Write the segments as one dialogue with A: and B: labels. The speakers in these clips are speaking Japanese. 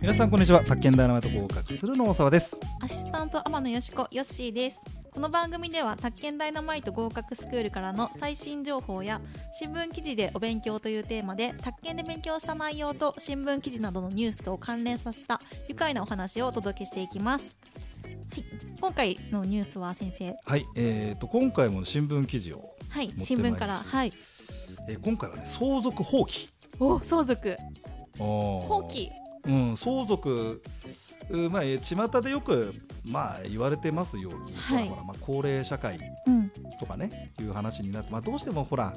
A: 皆さんこんにちは宅建ダイナマイト合格するの大沢です
B: アシスタント天野よしこよっしーですこの番組では宅建ダイナマイト合格スクールからの最新情報や新聞記事でお勉強というテーマで宅建で勉強した内容と新聞記事などのニュースと関連させた愉快なお話をお届けしていきます、はい、今回のニュースは先生
A: はいえー、と今回も新聞記事を、
B: はい
A: まいりまし
B: 新
A: た
B: 聞からはい
A: えー今回はね相続放棄
B: お相続
A: 放
B: 放棄
A: うん相続うまあえー巷でよくまあ言われてますように、
B: はい
A: ほらほらまあ、高齢社会
B: うん
A: とかねいう話になって、まあ、どうしてもほら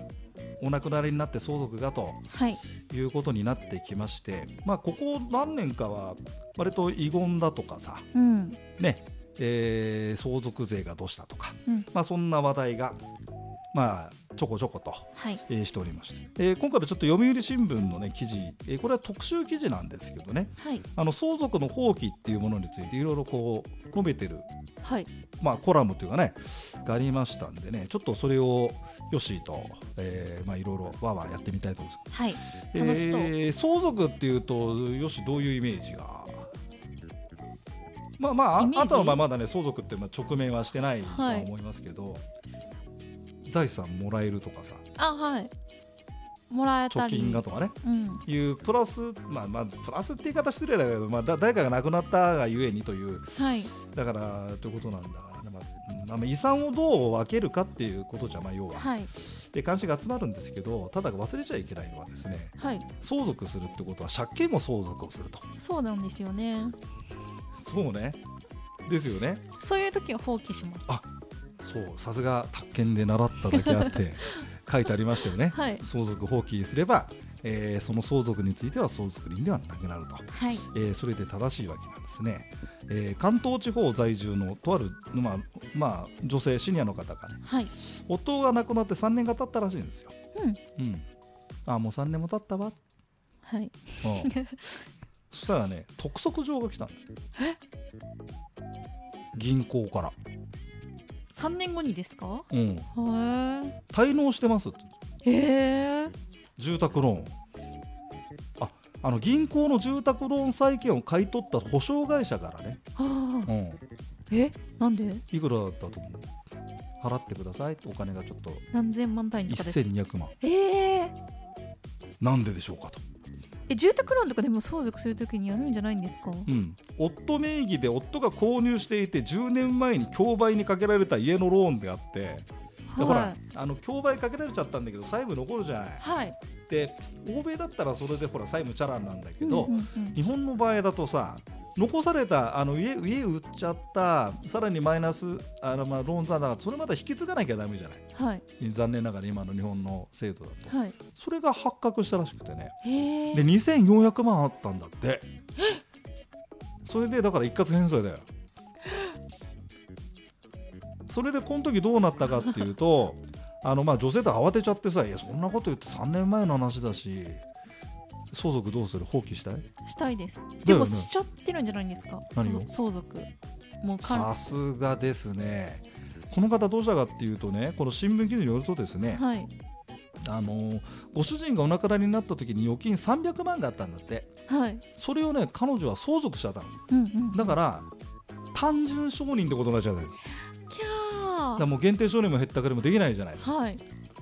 A: お亡くなりになって相続がと
B: はい
A: いうことになってきまして、まあ、ここ何年かは割と遺言だとかさ、
B: うん
A: ねえー相続税がどうしたとか、
B: うん
A: まあ、そんな話題が、まあ、ちょこちょこと、
B: はい
A: えーしておりまして、えー今回はちょっと読売新聞の、ね、記事、えーこれは特集記事なんですけどね
B: はい
A: あの相続の放棄っていうものについていろいろこう述べてる、
B: はい
A: まあ、コラムというかねがありましたんでねちょっとそれをヨッシーと、えーまあ、いろいろわーわーやってみたいと思います。
B: はい
A: え
B: 楽しそう
A: ー相続っていうとよしどういうイメージがまあまああ
B: イ
A: あ
B: メー
A: な
B: ジ
A: たの場合まだね相続ってまあ直面はしてないとは
B: はい
A: 思いますけど、財産もらえるとかさ
B: あはいもらえた
A: 貯
B: り
A: 金がとかね
B: うん
A: いうプラスまあまあプラスって言い方失礼だけど、まあ、だ誰かが亡くなったがゆえにという
B: はい
A: だからということなんだから、まあうんまあ、遺産をどう分けるかっていうことじゃんまあ要は、
B: はい
A: で関心が集まるんですけどただ忘れちゃいけないのはですね
B: はい
A: 相続するってことは借金も相続をすると。
B: そうなんですよね
A: そうね。ですよね。
B: そういう時は放棄します
A: そう、さすが宅建で習っただけあって、 書いてありましたよね。
B: はい
A: 相続放棄すれば、えーその相続については相続人ではなくなると。
B: はい
A: えーそれで正しいわけなんですね。えー関東地方在住のとある、まあ、まあ、女性シニアの方がね、
B: はい
A: 夫が亡くなって3年が経ったらしいんですよ。
B: うん
A: うん。あ、もう3年も経ったわ。
B: はい
A: うんそしたらね、督促状が来たんだよ銀行から。
B: 三年後にですか
A: うん。
B: へ
A: 滞納してますって
B: えへえ
A: 住宅ローンああの銀行の住宅ローン債権を買い取った保証会社からね、
B: ああ
A: うん、
B: えなんで
A: いくらだと思う払ってくださいってお金がちょっと
B: 何千万単位とかです
A: 1200万
B: えー、
A: なんででしょうかと、
B: え住宅ローンとかでも相続するときにやるんじゃないんですか
A: うん、夫名義で夫が購入していて10年前に競売にかけられた家のローンであってでほら
B: はい
A: あの競売かけられちゃったんだけど債務残るじゃない
B: はい
A: で欧米だったらそれでほら債務チャラになんだけど、
B: うんうんうん
A: 日本の場合だとさ残されたあの家家売っちゃったさらにマイナスあのまあローン残高それまた引き継がなきゃダメじゃない
B: はい
A: 残念ながら今の日本の制度だと
B: はい
A: それが発覚したらしくてね
B: へ
A: で
B: え
A: 2400万あったんだってそれでだから一括返済だよそれでこの時どうなったかっていうとあのまあ女性と慌てちゃってさいやそんなこと言って3年前の話だし相続どうする放棄したい
B: したいです
A: だ
B: で
A: よね
B: もしちゃってるんじゃないんですか
A: 何を
B: そう相続もうか
A: さすがですね。この方どうしたかっていうとね、この新聞記事によるとですね、
B: はい
A: あのご主人がお亡くなりになった時に預金300万があったんだって。
B: はい
A: それをね彼女は相続しちゃったの。
B: うんうん
A: だから単純承認ってことになっちゃうのよだ
B: きゃ
A: か
B: ー
A: らもう限定承認も減ったくれもできないじゃないですか。
B: はい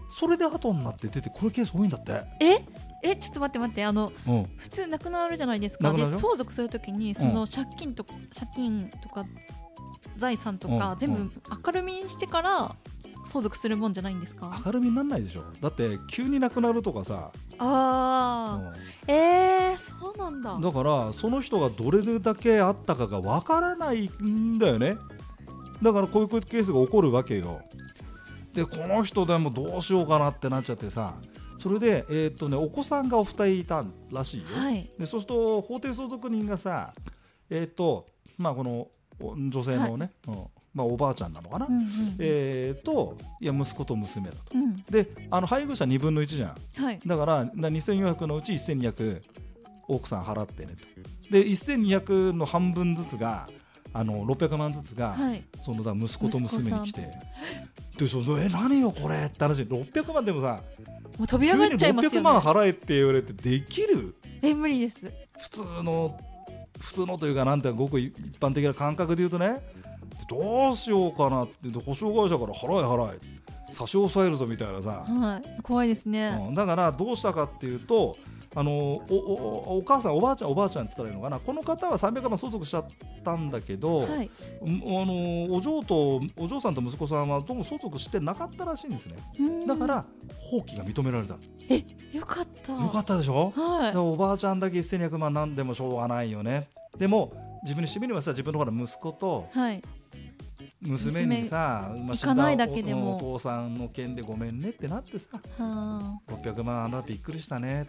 A: それで後になって出てこういうケース多いんだって。
B: ええちょっと待って待ってあの
A: うん。
B: 普通なくなるじゃないです
A: な
B: か
A: くな
B: で
A: るよ
B: 相続するときにその借金と、借金とか財産と
A: う
B: か
A: ん
B: 全
A: う
B: 部明るみにしてから相続するもんじゃないんですか、あ
A: 明るみになんないでしょ。だって急に亡くなるとかさ。うん
B: あーえー、そうなんだ
A: だからその人がどれだけあったかがわからないんだよねだからこういうケースが起こるわけよでこの人でもどうしようかなってなっちゃってさそれで、えーっとね、お子さんがお二人いたらしいよ、
B: はい
A: でそうすると法定相続人がさえーっとまあこのお女性のね、うんまあ、おばあちゃんなのかな、
B: うんうん
A: えーっといや息子と娘だと
B: うん
A: であの配偶者2分の1じゃん
B: はい
A: だからな2400のうち1200奥さん払ってねとで1200の半分ずつがあの600万ずつが、
B: はい
A: そのだ息子と娘に来てでそのえ何よこれって話600万でもさ
B: もう飛び
A: 急
B: 上
A: に
B: がっちゃいます
A: 600
B: よ
A: 万
B: ね
A: 払えって言われてできる
B: え無理です
A: 普通の普通のというかなんていうかごく一般的な感覚で言うとねどうしようかなってで保証会社から払え払え差し押さえるぞみたいなさ、
B: はい怖いですね、
A: うんだからどうしたかっていうとあのおおおお母さんおばあちゃんおばあちゃんって言ったらいいのかなこの方は300万相続しちゃったんだけど、
B: はい
A: うんあのお嬢とお嬢さんと息子さんはどうも相続してなかったらしいんですね
B: うん
A: だから放棄が認められたよ
B: えよかった
A: かったでしょだから
B: は
A: おばあちゃんだけ1200万なんでもしょうがないよねでも自分にしてみればさ自分のほら息子と
B: いはい
A: 娘にさまあ
B: 行
A: 死
B: か
A: んだ
B: ないだけでも
A: おお父さんの件でごめんねってなってさ
B: は
A: 600万あなたびっくりしたね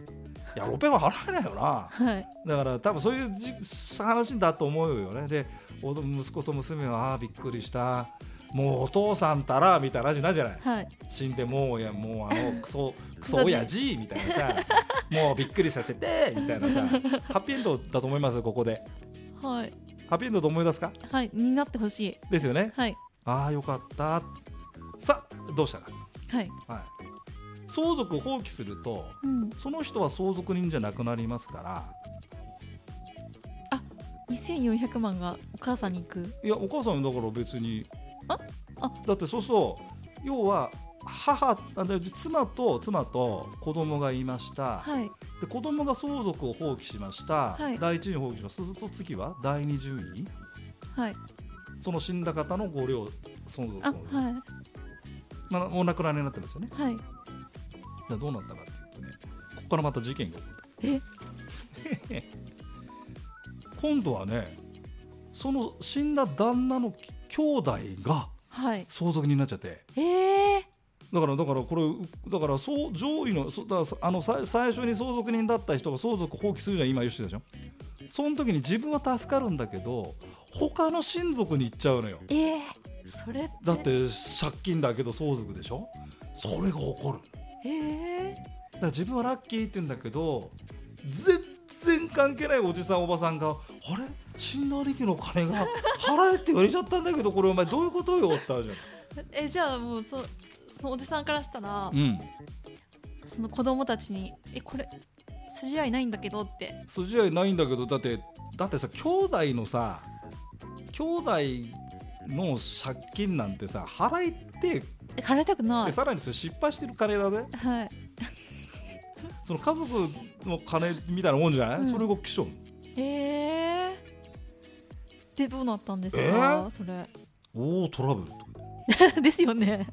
A: いや600万払えないよな
B: あはい
A: だから多分そういうじ話だと思うよねでお息子と娘はああーびっくりしたもうお父さんたらみたいな話になるじゃない
B: はい
A: 死んでもういやもうあのクソクソ親父みたいなさもうびっくりさせてみたいなさハッピーエンドだと思いますここで
B: はい
A: ハッピーエンドと思い出すか
B: はいになってほしい
A: ですよね
B: はい
A: ああよかったさあどうしたか、
B: はい
A: はい、相続を放棄すると
B: うん
A: その人は相続人じゃなくなりますから
B: 2400万がお母さんに行く
A: いやお母さんだから別に
B: ああ
A: だってそうそう要は母あで妻と妻と子供がいました、
B: はい
A: で子供が相続を放棄しました、
B: はい
A: 第一順位放棄しましたそうすると次は第二順位
B: はい
A: その死んだ方のご両相続
B: あ
A: 相続
B: はい
A: まあ、お亡くなりになってますよね
B: はい
A: じゃあどうなったかっていうとねここからまた事件が起こった
B: え
A: 今度はねその死んだ旦那の兄弟が
B: はい
A: 相続人になっちゃって
B: えー、
A: だからだからこれだからそう上位のそだからあのさ最初に相続人だった人が相続放棄するじゃん今言ってたでしょその時に自分は助かるんだけど他の親族に行っちゃうのよ
B: えー、それって
A: だって借金だけど相続でしょそれが起こる
B: えー、
A: だから自分はラッキーって言うんだけど全然関係ないおじさんおばさんがあれ死んだ兄貴の金が払えって言われちゃったんだけどこれお前どういうことよってあるじ
B: えじゃあもうそそのおじさんからしたら
A: ゃん、うん、
B: その子供たちにえこれ筋合いないんだけどって
A: 筋合いないんだけどだってだってさ兄弟のさ兄弟の借金なんてさ払いって、
B: え払いたくな
A: で
B: い
A: さらにそれ失敗してる金だね
B: はい
A: その家族の金みたいなもんじゃない、
B: うん
A: それが起訴
B: えー、でどうなったんですか、
A: えー
B: それ
A: おおトラブルと
B: ですよ ね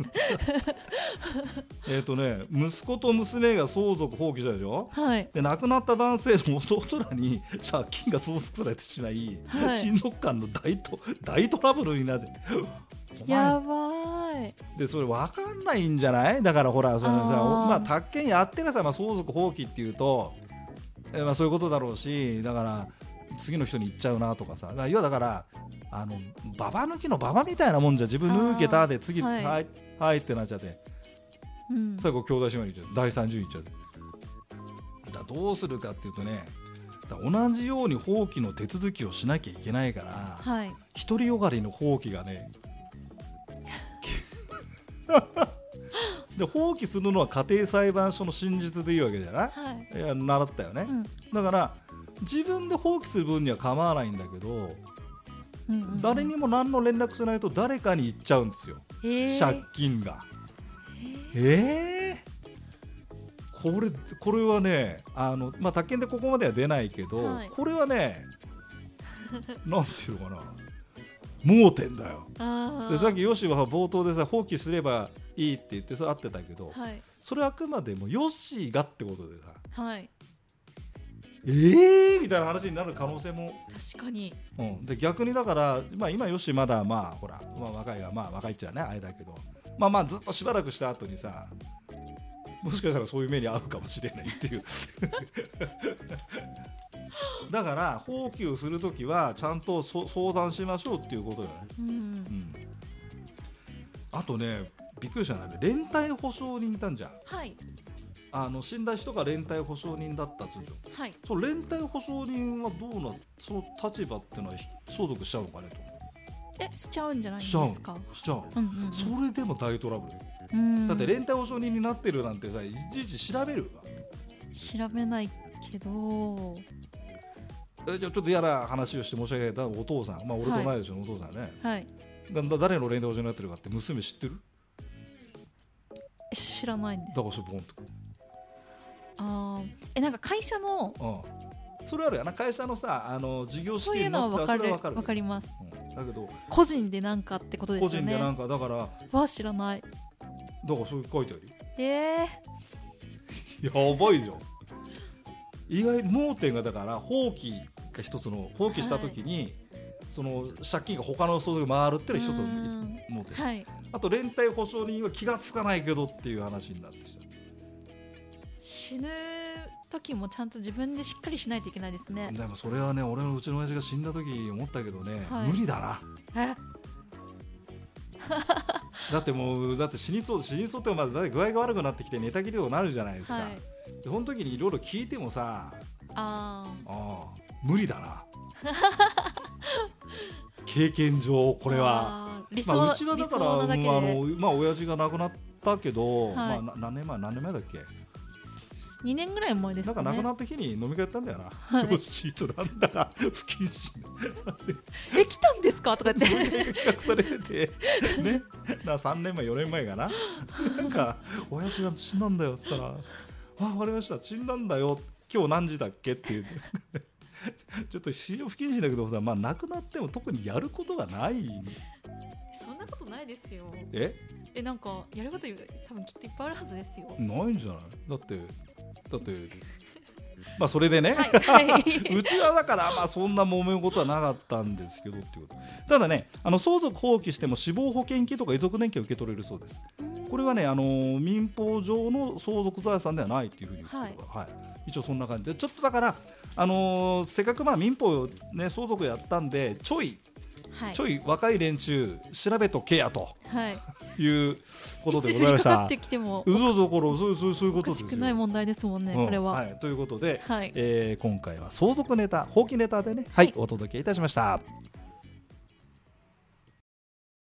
A: えっ、とね息子と娘が相続放棄したでしょ
B: はい
A: で亡くなった男性の弟らに 借金が相続されてしまい、
B: はい
A: 親族間の大と 大トラブルになってお前
B: やばーい
A: でそれ分かんないんじゃないだからほらそのさ
B: あー
A: おまあ宅建やってるさ、まあ、相続放棄っていうと、えーまあ、そういうことだろうしだから次の人に行っちゃうなとかさだから要はだからあのババ抜きのババみたいなもんじゃ自分抜けたで次
B: あー
A: は、
B: はいい
A: はいってなっちゃって
B: うん
A: 最後兄弟姉妹に行っちゃう第三順位行っちゃうだからどうするかっていうとねだから同じように放棄の手続きをしなきゃいけないから、
B: はい
A: 独りよがりの放棄がね で放棄するのは家庭裁判所の真実でいいわけじゃない
B: はい
A: いや習ったよね
B: う、ん
A: だから自分で放棄する分には構わないんだけど、
B: うんうんうん
A: 誰にも何の連絡しないと誰かに行っちゃうんですよ、
B: えー
A: 借金がええこれこれはねあの、まあ、宅建でここまでは出ないけど、
B: はい
A: これはね なんていうのかな盲点だよ
B: あー
A: でさっきヨッシーは冒頭でさ放棄すればいいって言ってそれ合ってたけど
B: はい
A: それはあくまでもヨッシーがってことでさ
B: はい
A: ええー、みたいな話になる可能性も、
B: 確かに
A: うん、で逆にだから、まあ、今ヨッシーまだまあほら、まあ、若いがまあ若いっちゃねあれだけどまあまあずっとしばらくした後にさもしかしたらそういう目に遭うかもしれないっていう だから放棄をする時はちゃんとそ相談しましょうっていうことよね
B: うん
A: あとねびっくりしたのはね連帯保証人いたんじゃん
B: はい
A: あの死んだ人が連帯保証人だった通常
B: はい
A: その連帯保証人はどうなその立場っていうのはひ相続しちゃうのかねと
B: えしちゃうんじゃないん
A: しちゃう
B: ですか
A: しちゃう
B: うんうんうん
A: それでも大トラブル
B: うん
A: だって連帯保証人になってるなんてさいちいち調べるわ
B: 調べないけど
A: えじゃあちょっと嫌な話をして申し訳ないだお父さんまあ俺と同い年のお父さんね、
B: はい
A: だだ誰の連帯保証人になってるかって娘知ってる
B: え知らないんです
A: だからそれボンと
B: あーえなんか会社の
A: うん、それあるやな会社のさあの事業資
B: そうい
A: 金
B: う
A: の
B: のは分か
A: それ
B: る
A: は分
B: わ
A: かる
B: かります
A: うんだけど
B: 個人でなんかってことで
A: 個
B: すよ
A: 人でな
B: ね
A: んかだからだか
B: は知らない
A: らそう書いてあるよ
B: ええ
A: やばいじゃん意外盲点がだから放棄が一つの放棄した時に、その借金が他の相続に回るっていうのが一つの
B: うん
A: 盲点
B: はい
A: あと連帯保証人は気がつかないけどっていう話になってきち
B: 死ぬ時もちゃんと自分でしっかりしないといけないです
A: ゃう
B: ね
A: でもそれはね俺のうちの親父が死んだ時思ったけどね、
B: はい
A: 無理だな
B: え
A: だってもうだって死にそう死にそうってまだだって具合が悪くなってきて寝たきりとかなるじゃないですか、
B: はい
A: でその時にいろいろ聞いてもさ
B: あ
A: ああ無理だ な経験上こ
B: こ
A: れは。
B: 理想、
A: まあ、うちはだから
B: 理想なだけで、
A: まああのまあ、親父が亡くなったけど、
B: い
A: まあ、な何年前何年前だっけ、
B: 2年ぐらい前です
A: なん
B: か
A: か
B: ね
A: 亡くなった日に飲み会やったんだよな、
B: い
A: ロシートなんだか不謹慎
B: え来たんですかとか言って
A: 飲み会が企画されててねな3年前4年前か ななんか親父が死んだんだよっつったら「あわかりました死んだんだよ今日何時だっけ?」って言って。 ちょっと市場不謹慎だけどさ、まあ、亡くなっても特にやることがない
B: そんなことないですよ
A: え
B: えなんかやること多分きっといっぱいあるはずですよ
A: ないんじゃないだってだってまあそれでね、
B: はいは い、
A: うちはだからまあそんな揉めることはなかったんですけどっていうことただねあの相続放棄しても死亡保険金とか遺族年金を受け取れるそうですこれはね、あのー民法上の相続財産ではないっていうふうに言ってるはい一応そんな感じでちょっとだから、あのーせっかくまあ民法、ね、相続やったんでちょい、
B: はい
A: ちょい若い連中調べとけやと
B: はい、い
A: いうこと
B: つ
A: でござい
B: 振り
A: ま
B: か
A: し
B: か
A: た
B: って。きても
A: うぞどころそうそうそういう
B: お
A: こと
B: か
A: です
B: し
A: よ。
B: くない問題ですもんね、
A: うん
B: これは。はい、
A: いということで、えー今回は相続ネタ、放棄ネタでね、
B: はい
A: はい、お届けいたしました。